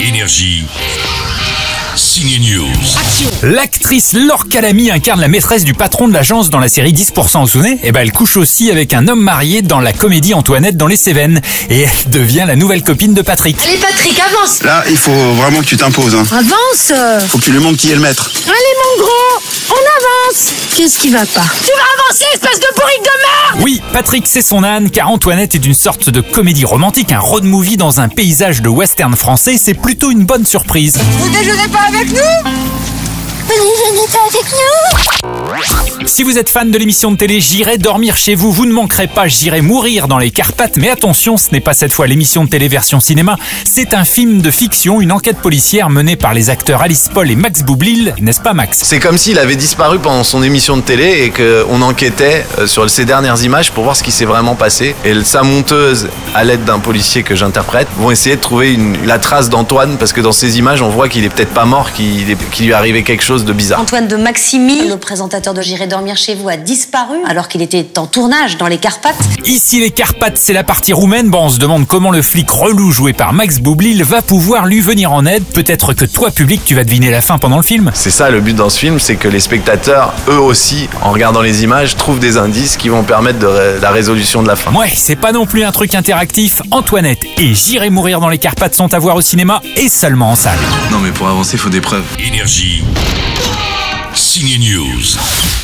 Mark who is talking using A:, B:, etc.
A: Énergie. Signe News.
B: L'actrice Laure Calamy incarne la maîtresse du patron de l'agence dans la série 10%, vous vous souvenez Eh ben, elle couche aussi avec un homme marié dans la comédie Antoinette dans les Cévennes. Et elle devient la nouvelle copine de Patrick.
C: Allez Patrick, avance
D: Là, il faut vraiment que tu t'imposes. Hein.
C: Avance
D: Faut que tu lui montres qui est le maître.
C: Allez mon gros, on avance Qu'est-ce qui va pas Tu vas avancer, espèce de bourrique de merde
B: Oui, Patrick c'est son âne, car Antoinette est une sorte de comédie romantique, un road movie dans un paysage de western français, c'est plutôt une bonne surprise.
C: Vous déjeunez pas avec nous Vous déjeunez pas avec nous
B: Si vous êtes fan de l'émission de télé J'irai dormir chez vous, vous ne manquerez pas J'irai mourir dans les Carpates, mais attention, ce n'est pas cette fois l'émission de télé version cinéma, c'est un film de fiction, une enquête policière menée par les acteurs Alice Paul et Max Boublil, n'est-ce pas Max
E: C'est comme s'il avait disparu pendant son émission de télé et qu'on enquêtait euh, sur ses dernières images pour voir ce qui s'est vraiment passé. Et le- sa monteuse, à l'aide d'un policier que j'interprète, vont essayer de trouver une- la trace d'Antoine parce que dans ces images, on voit qu'il est peut-être pas mort, qu'il est- qu'il lui est arrivé quelque chose de bizarre.
F: Antoine de Maximi, le présentateur de J'irai dormir chez vous, a disparu alors qu'il était en tournage dans les Carpates.
B: Ici les Carpates, c'est la partie roumaine, bon on se demande comment le flic relou joué par Max Boublil va pouvoir lui venir en aide, peut-être que toi public tu vas deviner la fin pendant le film
E: C'est ça le but dans ce film, c'est que les spectateurs, eux aussi, en regardant les images, trouvent des indices qui vont permettre de ré- la résolution de la fin.
B: Ouais, c'est pas non plus un truc interactif. Antoinette et J'irai mourir dans les Carpates sont à voir au cinéma et seulement en salle.
G: Non mais pour avancer, faut des preuves.
A: Énergie. Signe News.